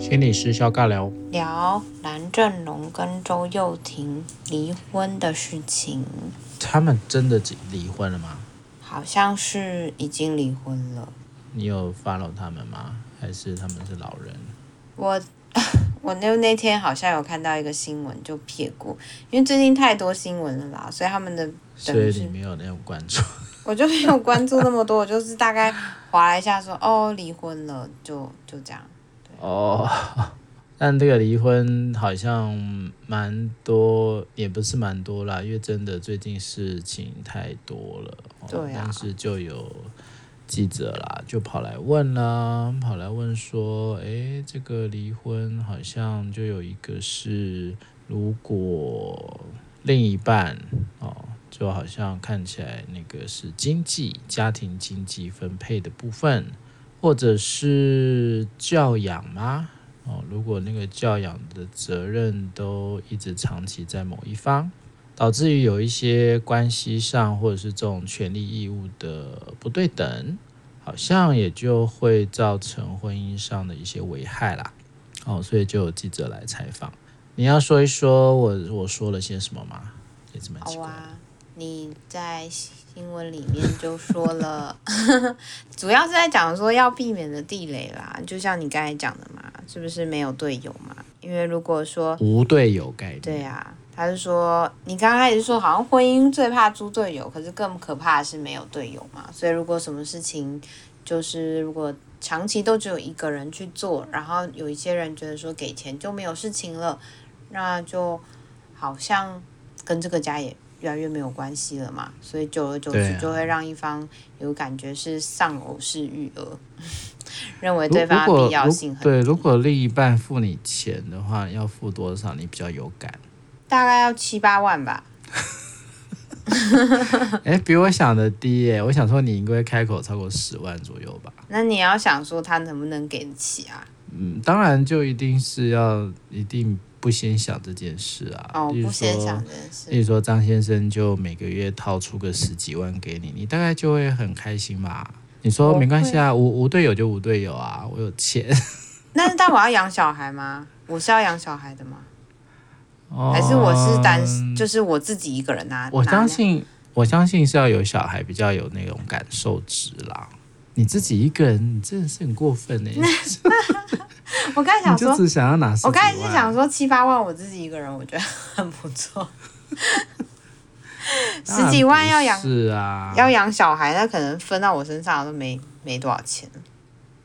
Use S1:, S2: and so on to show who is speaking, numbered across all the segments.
S1: 心理师肖尬聊。
S2: 聊蓝正龙跟周幼婷离婚的事情，
S1: 他们真的离婚了吗？
S2: 好像是已经离婚了。
S1: 你有 follow 他们吗？还是他们是老人？
S2: 我 我那那天好像有看到一个新闻，就撇过，因为最近太多新闻了啦，所以他们的
S1: 所
S2: 等于
S1: 以
S2: 是
S1: 你没有那种关注。
S2: 我就没有关注那么多，我就是大概划了一下说哦离婚了，就就这样。
S1: 哦，但这个离婚好像蛮多，也不是蛮多啦，因为真的最近事情太多了。哦
S2: 对啊
S1: 但是就有记者啦，就跑来问啦，跑来问说，诶，这个离婚好像就有一个是，如果另一半哦。就好像看起来那个是经济、家庭经济分配的部分，或者是教养吗？哦，如果那个教养的责任都一直长期在某一方，导致于有一些关系上或者是这种权利义务的不对等，好像也就会造成婚姻上的一些危害啦。哦，所以就有记者来采访，你要说一说我我说了些什么吗？也是蛮奇
S2: 好
S1: 怪的。
S2: 啊，你在新闻里面就说了， 主要是在讲说要避免的地雷啦，就像你刚才讲的嘛，是不是没有队友嘛？因为如果说
S1: 无队友概念。
S2: 对啊，他是说你刚开始说好像婚姻最怕猪队友，可是更可怕的是没有队友嘛。所以如果什么事情就是如果长期都只有一个人去做，然后有一些人觉得说给钱就没有事情了，那就好像跟这个家也越来越没有关系了嘛。所以久而久
S1: 对
S2: 之
S1: 啊
S2: 就会让一方有感觉是丧偶式育儿， 认为
S1: 如
S2: 对
S1: 如
S2: 方的
S1: 果
S2: 必要
S1: 如
S2: 性很
S1: 对，
S2: 低
S1: 如果另一半付你钱的话，要付多少你比较有感？
S2: 大概要七八万吧。
S1: 哎，比我想的低耶、我想说你应该开口超过十万左右吧？
S2: 那你要想说他能不能给得起啊？
S1: 嗯，当然就一定是要一定不先想这件事啊。
S2: 哦，
S1: 例如
S2: 不先
S1: 说
S2: 想这件
S1: 例
S2: 事，
S1: 如说张先生就每个月掏出个十几万给你，你大概就会很开心吧？你
S2: 我
S1: 说
S2: 会
S1: 没关系啊，无无队友就无队友啊，我有钱。
S2: 那但我要养小孩吗？我是要养小孩的吗？
S1: 哦嗯
S2: 还是我是单，就是我自己一个人拿？
S1: 我
S2: 拿
S1: 相
S2: 那
S1: 信，我相信是要有小孩比较有那种感受值啦。你自己一个人，你真的是很过分 呢、你
S2: 我刚才想
S1: 就
S2: 说，
S1: 只想要拿十几
S2: 我
S1: 万。
S2: 刚才是想说七八万，我自己一个人，我觉得很不错。
S1: 当然
S2: 十几万要养
S1: 不是啊，
S2: 要养小孩，那可能分到我身上都没没多少钱。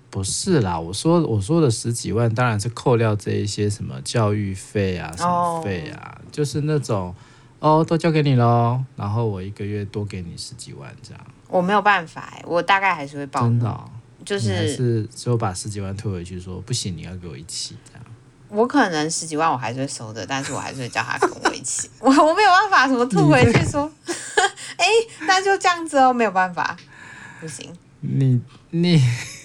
S1: 不是啦。我说我说的十几万，当然是扣掉这一些什么教育费啊、什么费啊，就是那种哦，都交给你喽，然后我一个月多给你十几万这样，
S2: 我没有办法、欸，我大概还是会报
S1: 真
S2: 怒，
S1: 的、哦。
S2: 就
S1: 你还
S2: 是
S1: 是只有把十几万退回去说不行，你要给我一起这样。
S2: 我可能十几万我还是会收的，但是我还是会叫他跟我一起。 我我没有办法什么吐回去说， 哎、那就这样子哦，没有办法，不行。
S1: 你你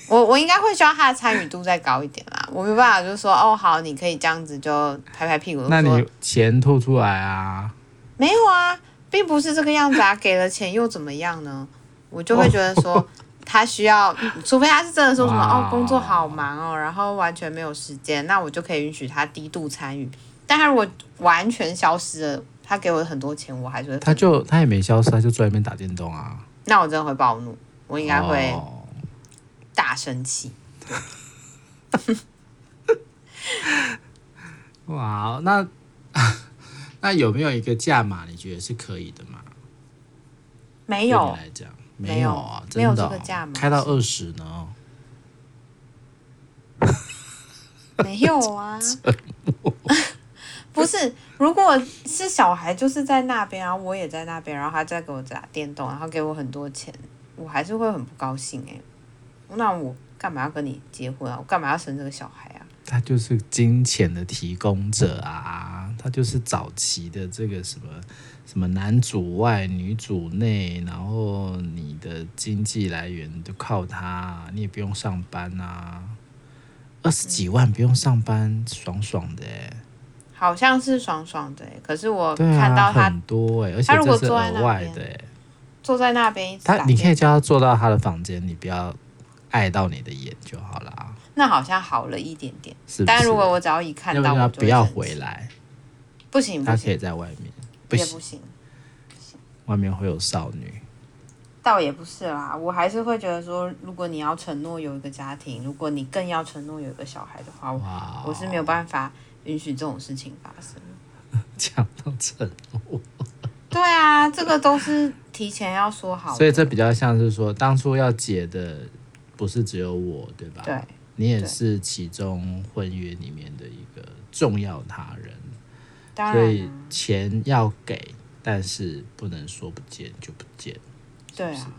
S2: 我我应该会需要他的参与度再高一点啦，我没办法就说哦好，你可以这样子就拍拍屁股，
S1: 那
S2: 就
S1: 你
S2: 说
S1: 钱吐出来啊？
S2: 没有啊，并不是这个样 子啊，给了钱又怎么样呢？我就会觉得说。他需要，除非他是真的说什么
S1: 哦哇
S2: 哦，工作好忙哦，然后完全没有时间，那我就可以允许他低度参与。但他如果完全消失了，他给我很多钱，我还是会，
S1: 他就他也没消失，他就坐在那边打电动啊。
S2: 那我真的会暴怒，我应该会
S1: 哦
S2: 大生气。
S1: 哇，那 那有没有一个价码你觉得是可以的嘛？
S2: 没有
S1: 对你，来讲，
S2: 没
S1: 没有啊，
S2: 有没有
S1: 真的哦
S2: 这个价码
S1: 开到二十呢？
S2: 没有 啊，不是，如果是小孩，就是在那边，然后我也在那边，然后他再给我打电动，啊然后给我很多钱，我还是会很不高兴哎、那我干嘛要跟你结婚啊？我干嘛要生这个小孩啊？
S1: 他就是金钱的提供者啊，他就是早期的这个什么什么男主外女主内，然后你的经济来源都靠他，你也不用上班啊，二十几万不用上班，爽爽的、欸。
S2: 好像是爽爽的、欸，可是我
S1: 对啊，
S2: 看到他
S1: 很多哎、而且
S2: 他如果
S1: 这是
S2: 坐在那
S1: 额外
S2: 边
S1: 的、欸。
S2: 坐在那边一直
S1: 他
S2: 打
S1: 你可
S2: 电
S1: 以叫他坐到他的房间，你不要碍到你的眼就好啦。
S2: 那好像好了一点点。
S1: 是不是？
S2: 但如果我只要一看
S1: 要不
S2: 到，
S1: 然他
S2: 我就
S1: 不要
S2: 会生
S1: 回
S2: 气，
S1: 来，
S2: 不行不
S1: 他可以
S2: 行，
S1: 在外面，不
S2: 也
S1: 行
S2: 不，行，
S1: 外面会有少女。
S2: 倒也不是啦，我还是会觉得说，如果你要承诺有一个家庭，如果你更要承诺有一个小孩的话，我
S1: 哇，
S2: 我是没有办法允许这种事情发生。
S1: 讲到承诺，
S2: 对啊，这个都是提前要说好的。
S1: 所以这比较像是说，当初要解的不是只有我，对吧？
S2: 对
S1: 你也
S2: 对
S1: 是其中婚约里面的一个重要他人，
S2: 当
S1: 所
S2: 然
S1: 以
S2: 啊
S1: 钱要给，但是不能说不见就不见。
S2: 对啊。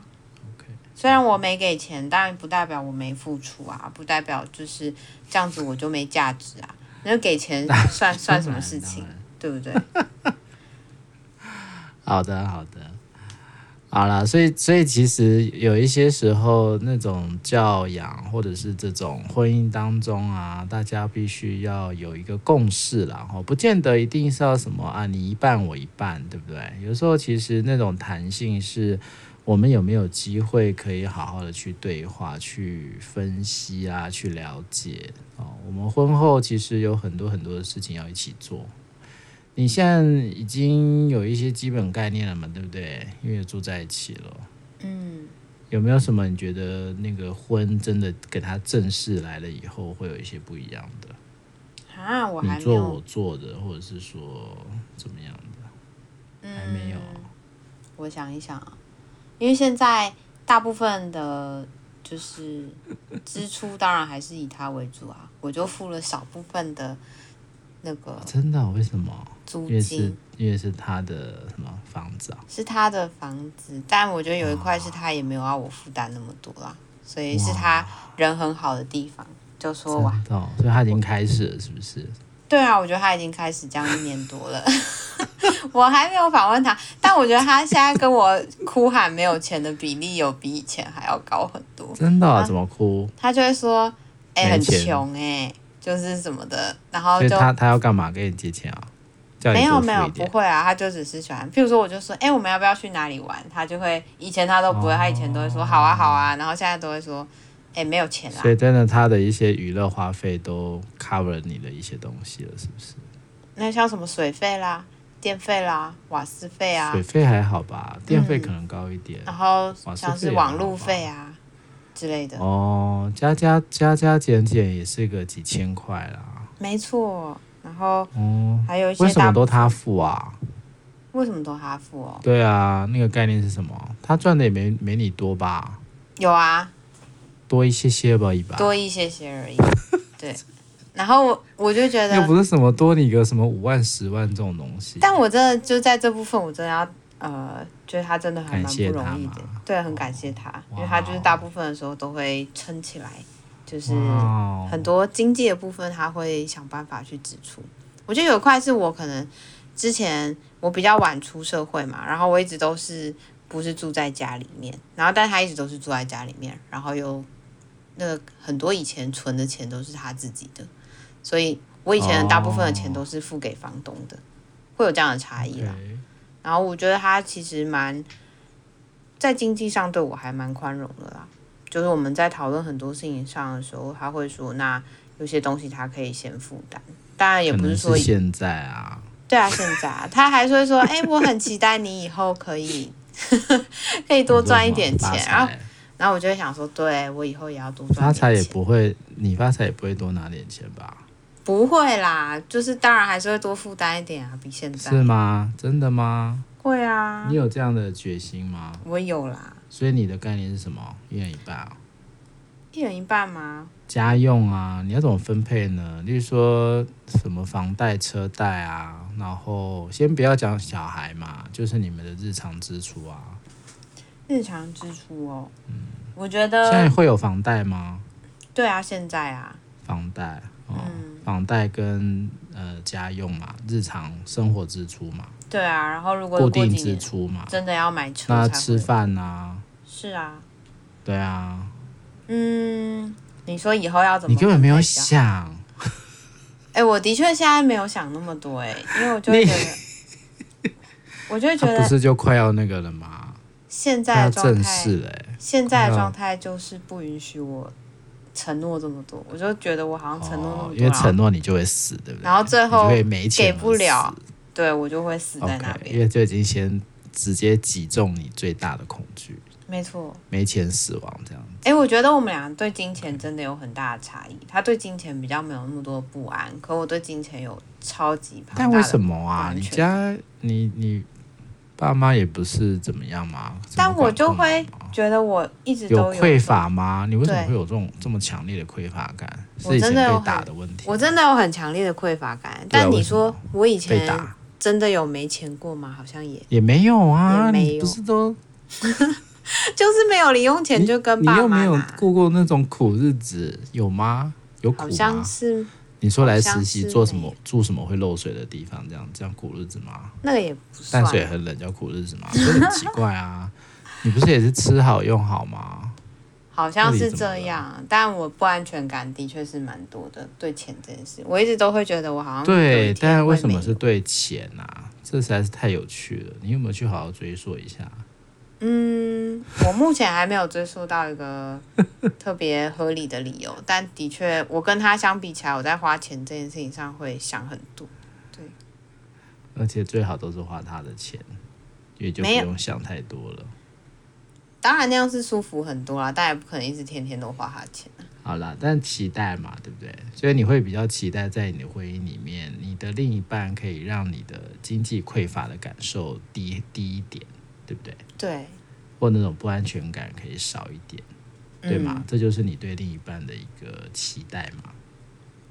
S1: OK
S2: 虽然我没给钱，但不代表我没付出啊，不代表就是这样子我就没价值啊。那给钱 算算什么事情
S1: 当然？
S2: 对不对？
S1: 好的，好的，好啦，所以所以其实有一些时候，那种教养或者是这种婚姻当中啊，大家必须要有一个共识啦，吼，不见得一定是要什么啊，你一半我一半，对不对？有时候其实那种弹性是。我们有没有机会可以好好的去对话、去分析啊、去了解哦？我们婚后其实有很多很多的事情要一起做，你现在已经有一些基本概念了嘛，对不对？因为住在一起了，
S2: 嗯，
S1: 有没有什么你觉得那个婚真的跟他正式来了以后，会有一些不一样的？
S2: 啊，我还
S1: 你
S2: 没
S1: 做我
S2: 有，
S1: 做的，或者是说怎么样的？还没有啊
S2: 嗯，我想一想啊，因为现在大部分的，就是支出，当然还是以他为主啊，我就付了少部分的那个
S1: 真的哦、为什么？
S2: 租
S1: 因为
S2: 金
S1: 是。因为是他的什么房子啊？
S2: 是他的房子，但我觉得有一块是他也没有要我负担那么多啦，所以是他人很好的地方。就说哇，
S1: 真的哦、所以他已经开始了，是不是？
S2: 对啊，我觉得他已经开始这样一年多了， 我还没有访问他，但我觉得他现在跟我哭喊没有钱的比例有比以前还要高很多。
S1: 真的哦、怎么哭？
S2: 他就会说，哎、
S1: 没
S2: 很
S1: 钱
S2: 穷哎、就是什么的，然后
S1: 所以
S2: 就
S1: 他他要干嘛？跟你借钱啊？叫你
S2: 没有
S1: 多
S2: 没有
S1: 付一
S2: 不
S1: 点。
S2: 会啊，他就只是喜欢，譬如说我就说，哎、我们要不要去哪里玩？他就会以前他都
S1: 哦
S2: 不会，他以前都会说好啊好啊，然后现在都会说，哎、没有钱啦
S1: 所，以真的，他的一些娱乐花费都 cover 你的一些东西了，是不是？
S2: 那像什么水费啦、电费啦、瓦斯费啊
S1: 水，费还好
S2: 嗯
S1: 吧，电费可能高一点。
S2: 然后
S1: 瓦斯
S2: 像
S1: 费
S2: 是
S1: 也
S2: 网
S1: 还好
S2: 路
S1: 吧
S2: 费啊之类的，
S1: 哦，加加加加减减也是个几千块啦。
S2: 没错。然后
S1: 哦，
S2: 还有一些
S1: 为什
S2: 大
S1: 么都他付啊？
S2: 为什么都他付哦？
S1: 对啊，那个概念是什么？他赚的也没没你多吧，
S2: 有啊，
S1: 多一些些吧，一般。
S2: 多一些些而已。对，然后我我就觉 得
S1: 又不是什么多你个什么五万十万这种东西。
S2: 但我真的就在这部分，我真的要呃，觉得他真的还
S1: 感
S2: 蛮不
S1: 谢他
S2: 容易的
S1: 嘛，
S2: 对，很感谢他，因为
S1: 哇
S2: 他就是大部分的时候都会撑起来，就是
S1: 哇
S2: 很多经济的部分他会想办法去支出。我觉得有一块是我可能之前我比较晚出社会嘛，然后我一直都是不是住在家里面，然后但他一直都是住在家里面，然后又那个很多以前存的钱都是他自己的，所以我以前大部分的钱
S1: 哦
S2: 都是付给房东的，会有这样的差异啦。
S1: OK
S2: 然后我觉得他其实蛮在经济上对我还蛮宽容的啦。就是我们在讨论很多事情上的时候，他会说，那有些东西他可以先负担，当然也
S1: 可
S2: 不
S1: 能
S2: 是说
S1: 是现在啊，
S2: 对啊，现在啊，他还是会说，哎、我很期待你以后可以 可以多赚一点
S1: 发
S2: 钱。
S1: 财
S2: 然后，然后我就会想说，对我以后也要多赚
S1: 发
S2: 一
S1: 财也
S2: 点钱。
S1: 不会，你发财也不会多拿点钱吧？
S2: 不会啦，就是当然还是会多负担一点啊，比现在
S1: 是吗？真的吗？
S2: 会啊
S1: 你，有这样的决心吗？
S2: 我有啦，
S1: 所以你的概念是什么？一人一半、啊，
S2: 一人一半嘛，
S1: 家用啊，你要怎么分配呢？例如说什么房贷、车贷啊，然后先不要讲小孩嘛，就是你们的日常支出啊。
S2: 日常支出哦。我觉
S1: 嗯现在
S2: 得
S1: 会有房贷吗？
S2: 对啊，现在啊，
S1: 房贷，哦，
S2: 嗯
S1: 房贷跟呃家用嘛，日常生活支出嘛，
S2: 对啊，然后如果
S1: 固
S2: 过
S1: 定
S2: 几
S1: 支
S2: 年
S1: 出嘛，
S2: 真的要买车
S1: 那
S2: 才会
S1: 吃饭啊，
S2: 是啊，
S1: 对啊，
S2: 嗯，你说以后要怎么？
S1: 你根本没有。想。
S2: 哎、我的确现在没有想那么多哎、因为我就会觉得，我就会觉
S1: 他不
S2: 得
S1: 是就快要那个了吗？
S2: 现
S1: 快
S2: 在
S1: 要
S2: 的状
S1: 正
S2: 态，
S1: 式了、欸，
S2: 现
S1: 快
S2: 在
S1: 要
S2: 的状态就是不允许我承诺这么多，我就觉得我好像承诺那么
S1: 哦
S2: 多，，
S1: 因为
S2: 然后
S1: 承诺你就会死，对不对？
S2: 然后最后
S1: 你就会没钱
S2: 给不
S1: 而死
S2: 了，对我就会死在那
S1: OK，
S2: 边。
S1: 因为就已经先直接击中你最大的恐惧，
S2: 没错，
S1: 没钱死亡这样子。
S2: 哎、我觉得我们俩对金钱真的有很大的差异。他对金钱比较没有那么多不安，可我对金钱有超级庞大
S1: 但
S2: 的。
S1: 为什么啊？
S2: 完
S1: 你
S2: 全
S1: 家你你爸妈也不是怎么样嘛？怎么
S2: 但我
S1: 管
S2: 就
S1: 控
S2: 会
S1: 你吗
S2: 觉得我一直都
S1: 有
S2: 有
S1: 匮乏吗？你为什么
S2: 对
S1: 会有这种这么强烈的匮乏感？
S2: 我
S1: 是以前
S2: 真的有
S1: 被
S2: 很
S1: 打的问题吗，
S2: 我真的有很强烈的匮乏感，
S1: 对啊
S2: 但你
S1: 为什
S2: 说我以
S1: 被
S2: 前
S1: 打
S2: 真的有没钱过吗？好像也
S1: 也没有啊，
S2: 也没
S1: 你
S2: 有
S1: 不是都
S2: 就是没有零用钱就跟
S1: 你
S2: 爸
S1: 又
S2: 妈
S1: 没有
S2: 拿，
S1: 过过那种苦日子，有吗？有苦啊
S2: 好
S1: 吗
S2: 像？是
S1: 你说来
S2: 好像
S1: 实习
S2: 是
S1: 做什
S2: 没
S1: 么
S2: 有？
S1: 住什么会漏水的地方？这样这样苦日子吗？
S2: 那个也不算
S1: 淡。水很冷叫苦日子吗？这很奇怪啊！ 你不是也是吃好用好吗？
S2: 好像是这样，但我不安全感的确是蛮多的。对钱这件事，我一直都会觉得我好像有一
S1: 对，
S2: 天
S1: 但为
S2: 会
S1: 什
S2: 没
S1: 么是
S2: 有？
S1: 对钱啊？这实在是太有趣了。你有没有去好好追溯一下？
S2: 嗯，我目前还没有追溯到一个特别合理的理由，但的确，我跟他相比起来，我在花钱这件事情上会想很多。
S1: 而且最好都是花他的钱，也就不
S2: 没有
S1: 用想太多了。
S2: 当然那样是舒服很多啦，但也不可能一直天天都花他钱。
S1: 好啦，但期待嘛，对不对？所以你会比较期待在你的婚姻里面，你的另一半可以让你的经济匮乏的感受低低一点，对不对？
S2: 对，
S1: 或那种不安全感可以少一点，
S2: 嗯
S1: 对吗？这就是你对另一半的一个期待嘛。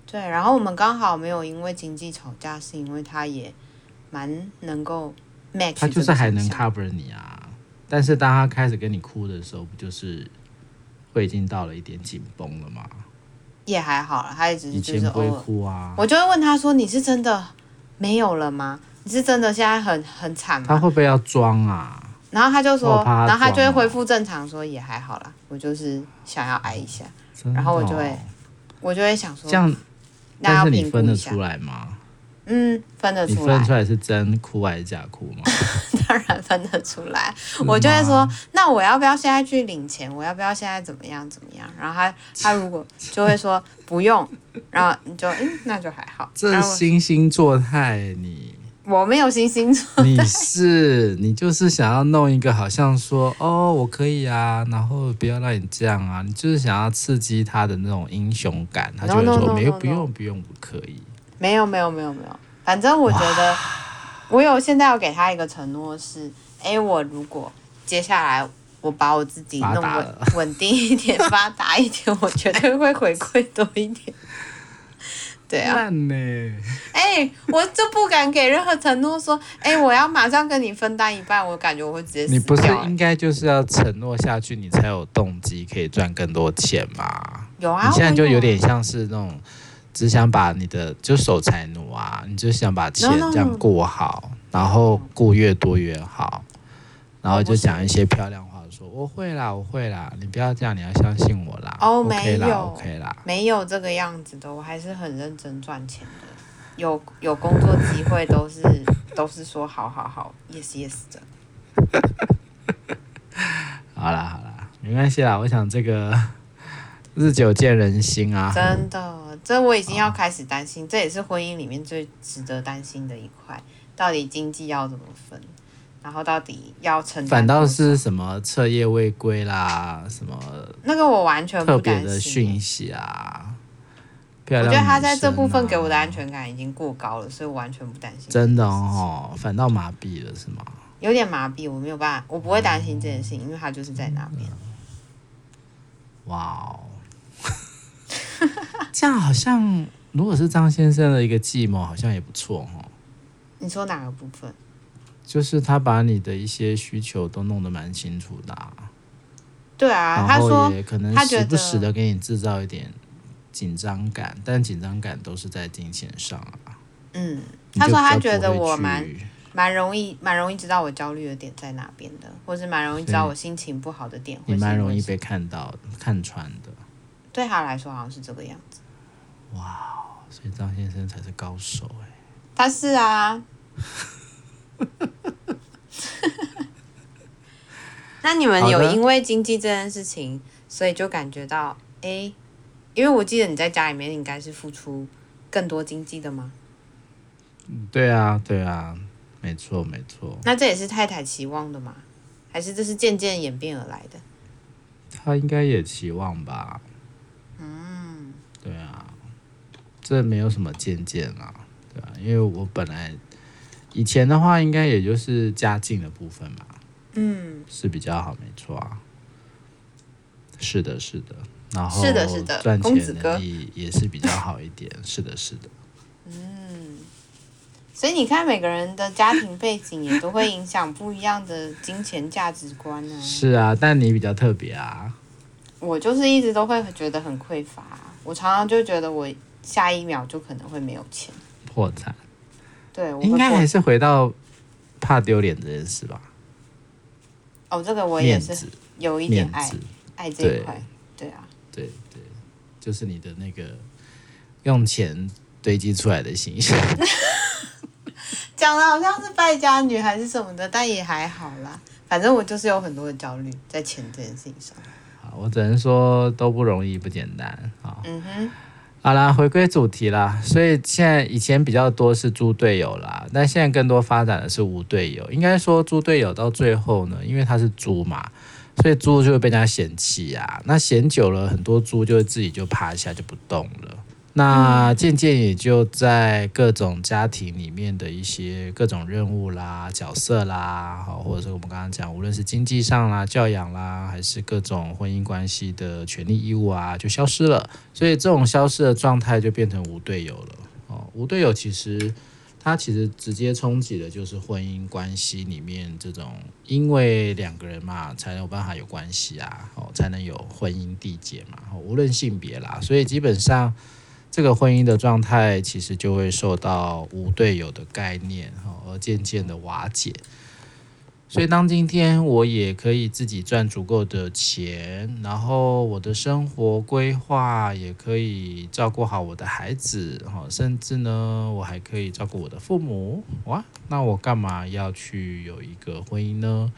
S2: 对，然后我们刚好没有因为经济吵架，是因为他也蛮能够 match，
S1: 他就是还能
S2: 这个倾向
S1: cover 你啊，但是当他开始跟你哭的时候，不就是会已经到了一点紧绷了吗？
S2: 也还好了，他也只
S1: 以
S2: 是就
S1: 前
S2: 是
S1: 不会
S2: 偶尔
S1: 哭啊，
S2: 嗯我就会问他说：“你是真的没有了吗？你是真的现在很很惨
S1: 他
S2: 吗
S1: 会不会要装啊？？”
S2: 然后他就
S1: 我
S2: 说，
S1: 怕他
S2: 然后他就会
S1: 装哦
S2: 恢复正常，说也还好啦，我就是想要挨一下，
S1: 真的
S2: 然后我就
S1: 哦
S2: 会我就会想说
S1: 这，样，
S2: 那
S1: 但
S2: 要
S1: 是你
S2: 评估
S1: 分得
S2: 一下
S1: 出，来吗？
S2: 嗯，分得
S1: 你
S2: 出
S1: 分
S2: 来
S1: 出，来是真哭还是假哭吗？
S2: 当然分得出来。
S1: 的
S2: 我就会说
S1: 吗，
S2: 那我要不要现在去领钱？我要不要现在怎么样怎么样？然后他他如果就会说不用，然后你就嗯，那就还好。
S1: 这
S2: 然后
S1: 惺惺作态，你
S2: 我没有星星座，
S1: 你是你就是想要弄一个好像说哦我可以啊，然后不要让你这样啊，你就是想要刺激他的那种英雄感，他就会
S2: No, no,
S1: 说
S2: no,
S1: 没有
S2: no,
S1: 不
S2: no.
S1: 用不用不可以。
S2: 没有没有没有没有，反正我觉得我有现在要给他一个承诺是，哎、我如果接下来我把我自己
S1: 发
S2: 弄
S1: 达
S2: 稳
S1: 了
S2: 稳定一 点，发达一点，我绝对会回馈多一点。对啊，
S1: 烂呢、
S2: 哎、我就不敢给任何承诺说，哎、我要马上跟你分担一半，我感觉我会直接
S1: 你
S2: 死
S1: 不是
S2: 掉、哎
S1: 应该就是要承诺下去，你才有动机可以赚更多钱吗？
S2: 有啊，
S1: 你现在
S2: 我
S1: 就
S2: 啊
S1: 有点像是那种只想把你的就守财奴啊，你就想把钱
S2: No, no,
S1: 这样
S2: no.
S1: 过好，然后过越多越好，然后就讲一些漂亮话说，我会啦，我会啦，你不要这样，你要相信我啦。
S2: 哦
S1: OK
S2: 没
S1: 啦
S2: 有
S1: ，OK 啦。
S2: 没有这个样子的，我还是很认真赚钱的。有有工作机会都是 都是说好好好，yes yes 的。
S1: 好啦好啦，没关系啦，我想这个日久见人心啊。
S2: 真的，这我已经要开始担心，这也是婚姻里面最值得担心的一块，到底经济要怎么分，然后到底要承担
S1: 反倒
S2: 多少
S1: 是什么彻夜未归啦，什么
S2: 那个我完全
S1: 特
S2: 不
S1: 别
S2: 担
S1: 的
S2: 心。
S1: 讯息啊，漂
S2: 我
S1: 亮
S2: 觉得他
S1: 女
S2: 在这
S1: 生
S2: 部分
S1: 啊
S2: 给我的安全感已经过高了，所以我完全不担心。
S1: 真的哦，反倒麻痹了是吗？
S2: 有点麻痹，我没有办法，我不会担心这件事情，因为他就是在那
S1: 嗯
S2: 边。
S1: 哇哦， 这样好像如果是张先生的一个计谋，好像也不错哦。
S2: 你说哪个部分？
S1: 就是他把你的一些需求都弄得蛮清楚的啊、
S2: 对啊，他
S1: 然
S2: 说
S1: 后也可能
S2: 他觉
S1: 时不
S2: 得
S1: 时的给你制造一点紧张感，但紧张感都是在金钱上啊。
S2: 嗯，
S1: 你
S2: 他
S1: 就
S2: 说
S1: 比
S2: 他
S1: 较
S2: 觉
S1: 不
S2: 得
S1: 会
S2: 我
S1: 去
S2: 蛮蛮容易蛮容易知道我焦虑的点在哪边的，或是蛮容易知道我心情不好的点
S1: 你
S2: 会是
S1: 蛮
S2: 因
S1: 容
S2: 为
S1: 易
S2: 什
S1: 被
S2: 么。
S1: 看到、看穿的，
S2: 对他来说好像是这个样子。
S1: 所以张先生才是高手哎、
S2: 他是 啊。那你们
S1: 好
S2: 有
S1: 的
S2: 因为经济这件事情，所以就感觉到，哎、因为我记得你在家里面应该是付出更多经济的嘛。
S1: 对啊，对啊，没错，没错。
S2: 那这也是太太期望的嘛？还是这是渐渐演变而来的？
S1: 他应该也期望吧？嗯，
S2: 嗯
S1: 对啊，这没有什么渐渐啦，对啊，因为我本来以前的话，应该也就是家境的部分嘛，嗯，是比较好，没错啊。是的，是的，然后
S2: 是的是的
S1: 赚
S2: 公子
S1: 钱
S2: 哥
S1: 能力也是比较好一 点，是的，是的，
S2: 所以你看，每个人的家庭背景也都会影响不一样的金钱价值观呢、
S1: 是啊，但你比较特别啊，
S2: 我就是一直都会觉得很匮乏，啊我常常就觉得我下一秒就可能会没有钱。
S1: 破产，
S2: 对，我会
S1: 应该
S2: 过
S1: 还是回到怕丢脸这件事吧，
S2: 哦，这个我也
S1: 面
S2: 是
S1: 子，
S2: 有一点
S1: 面
S2: 爱
S1: 子，
S2: 爱这一
S1: 对
S2: 块，对啊，
S1: 对对，就是你的那个用钱堆积出来的形象。
S2: 讲的好像是败家女还是什么的，但也还好啦。反正我就是有很多的焦虑在钱这件事情上。
S1: 好我只能说都不容易，不简单啊。
S2: 嗯哼，
S1: 好啦，回归主题啦。所以现在以前比较多是猪队友啦，但现在更多发展的是无队友。应该说猪队友到最后呢，因为它是猪嘛，所以猪就会被人家嫌弃啊。那嫌久了，很多猪就会自己就趴下就不动了。那渐渐也就在各种家庭里面的一些各种任务啦、角色啦，好，或者是我们刚刚讲，无论是经济上啦、教养啦，还是各种婚姻关系的权利义务啊，就消失了。所以这种消失的状态就变成无队友了。哦，无队友其实它其实直接冲击的就是婚姻关系里面这种，因为两个人嘛才有办法有关系啊，哦，才能有婚姻缔结嘛，哦，无论性别啦，所以基本上。这个婚姻的状态其实就会受到无队友的概念，哦，而渐渐的瓦解。所以，当今天我也可以自己赚足够的钱，然后我的生活规划也可以照顾好我的孩子，哈，甚至呢，我还可以照顾我的父母，哇，那我干嘛要去有一个婚姻呢？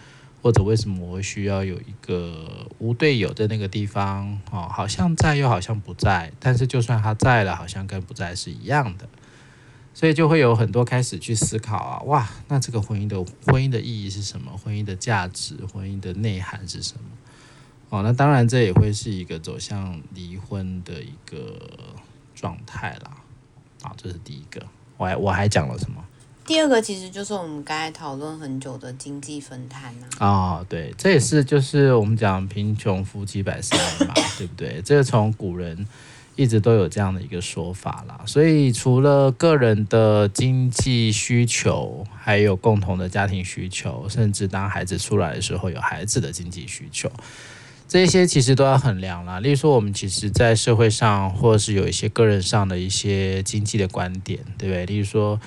S1: 或者为什么我会需要有一个无队友在那个地方？哦，好像在又好像不在，但是就算他在了，好像跟不在是一样的。所以就会有很多开始去思考啊，哇，那这个婚姻的婚姻的意义是什么？婚姻的价值，婚姻的内涵是什么？哦，那当然这也会是一个走向离婚的一个状态啦。啊，这是第一个。我还我还讲了什么？
S2: 第二个其实就是我们刚才讨论很久的经济分摊啊呐、
S1: 哦，对，这也是就是我们讲贫穷夫妻百事哀嘛，对不对？这个从古人一直都有这样的一个说法啦。所以除了个人的经济需求，还有共同的家庭需求，甚至当孩子出来的时候，有孩子的经济需求。这些其实都要衡量啦。例如说，我们其实，在社会上，或者是有一些个人上的一些经济的观点，对不对？例如说，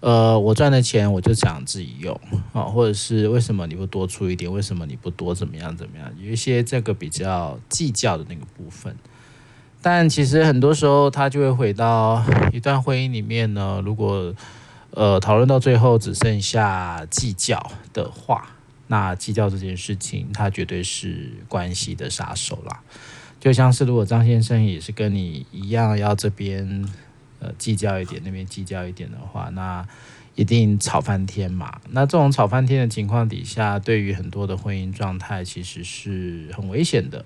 S1: 呃，我赚的钱我就想自己用，啊，或者是为什么你不多出一点？为什么你不多怎么样怎么样？有一些这个比较计较的那个部分。但其实很多时候，他就会回到一段婚姻里面呢。如果呃讨论到最后只剩下计较的话，那计较这件事情，它绝对是关系的杀手啦。就像是如果张先生也是跟你一样要这边呃计较一点，那边计较一点的话，那一定吵翻天嘛。那这种吵翻天的情况底下，对于很多的婚姻状态其实是很危险的。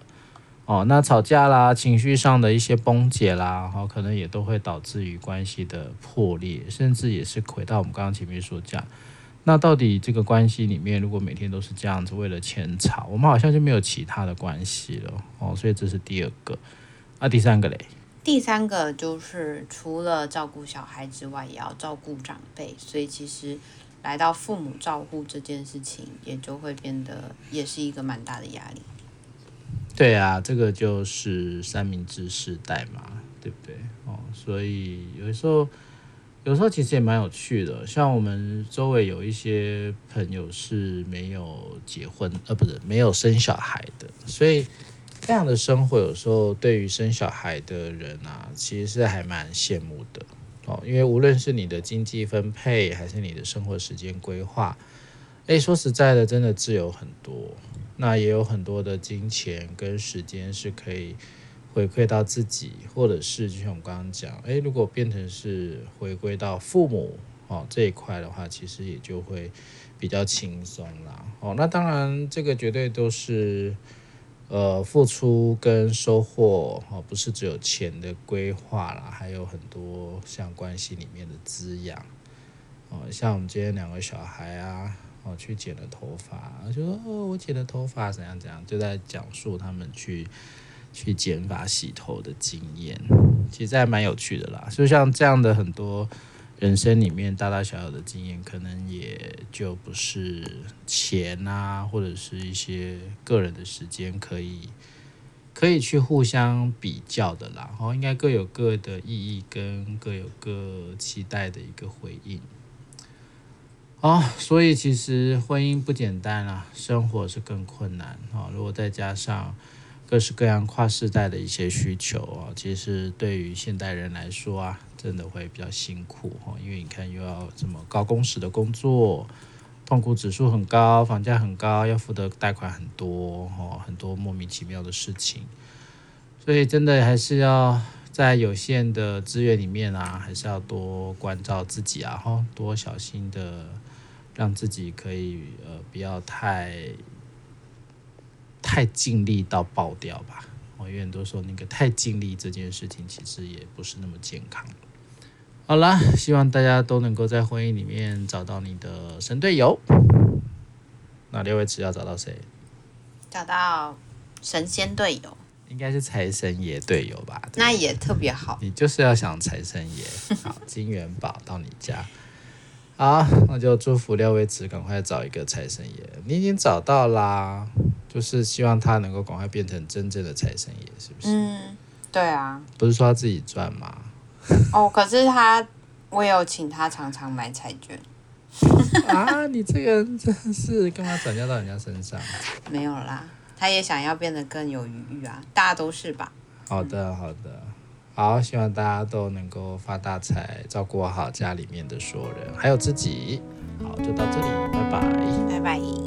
S1: 哦，那吵架啦，情绪上的一些崩解啦，哦，可能也都会导致于关系的破裂，甚至也是回到我们刚刚前面所讲，那到底这个关系里面，如果每天都是这样子为了钱吵，我们好像就没有其他的关系了哦。所以这是第二个，那第三个嘞？
S2: 第三个就是除了照顾小孩之外，也要照顾长辈，所以其实来到父母照顾这件事情，也就会变得也是一个蛮大的压力。
S1: 对啊，这个就是三明治世代嘛，对不对？哦，所以有时候，有时候其实也蛮有趣的。像我们周围有一些朋友是没有结婚，呃，不是没有生小孩的，所以这样的生活有时候对于生小孩的人啊，其实是还蛮羡慕的哦。因为无论是你的经济分配，还是你的生活时间规划，诶，说实在的，真的自由很多。那也有很多的金钱跟时间是可以回馈到自己，或者是就像我们刚刚讲，诶，如果变成是回归到父母哦这一块的话，其实也就会比较轻松啦。哦，那当然这个绝对都是呃付出跟收获哦，不是只有钱的规划啦，还有很多像关系里面的滋养。哦，像我们今天两个小孩啊，哦，去剪了头发，就说哦，我剪了头发怎样怎样，就在讲述他们去去剪发洗头的经验，其实还蛮有趣的啦。就像这样的很多人生里面大大小小的经验，可能也就不是钱啊，或者是一些个人的时间可以。可以去互相比较的啦，哦，应该各有各的意义跟各有各期待的一个回应。哦，所以其实婚姻不简单啦、生活是更困难哦。如果再加上各式各样跨世代的一些需求哦，其实对于现代人来说啊，真的会比较辛苦哦。因为你看又要这么高工时的工作，痛苦指数很高，房价很高，要付的贷款很多哦，很多莫名其妙的事情，所以真的还是要在有限的资源里面啊，还是要多关照自己啊，哈、多小心的让自己可以呃不要太太尽力到爆掉吧。我永远都说那个太尽力这件事情其实也不是那么健康。好啦，希望大家都能够在婚姻里面找到你的神队友。那六位只要找到谁？
S2: 找到神仙队友，
S1: 应该是财神爷队友吧？对不对
S2: 那也特别好。
S1: 你就是要想财神爷，好，金元宝到你家。好，那就祝福廖维慈赶快找一个财神爷，你已经找到啦，就是希望他能够赶快变成真正的财神爷，是不是？
S2: 嗯，对啊。
S1: 不是说他自己赚吗？
S2: 哦，可是他，我有请他常常买彩券，
S1: 啊，你这个人真是干嘛转嫁到人家身上？
S2: 没有啦。他也想要变得更有余裕啊，大家都是吧？
S1: 好的，好的，好，希望大家都能够发大财，照顾好家里面的所有人，还有自己。好，就到这里，拜拜。
S2: 拜拜。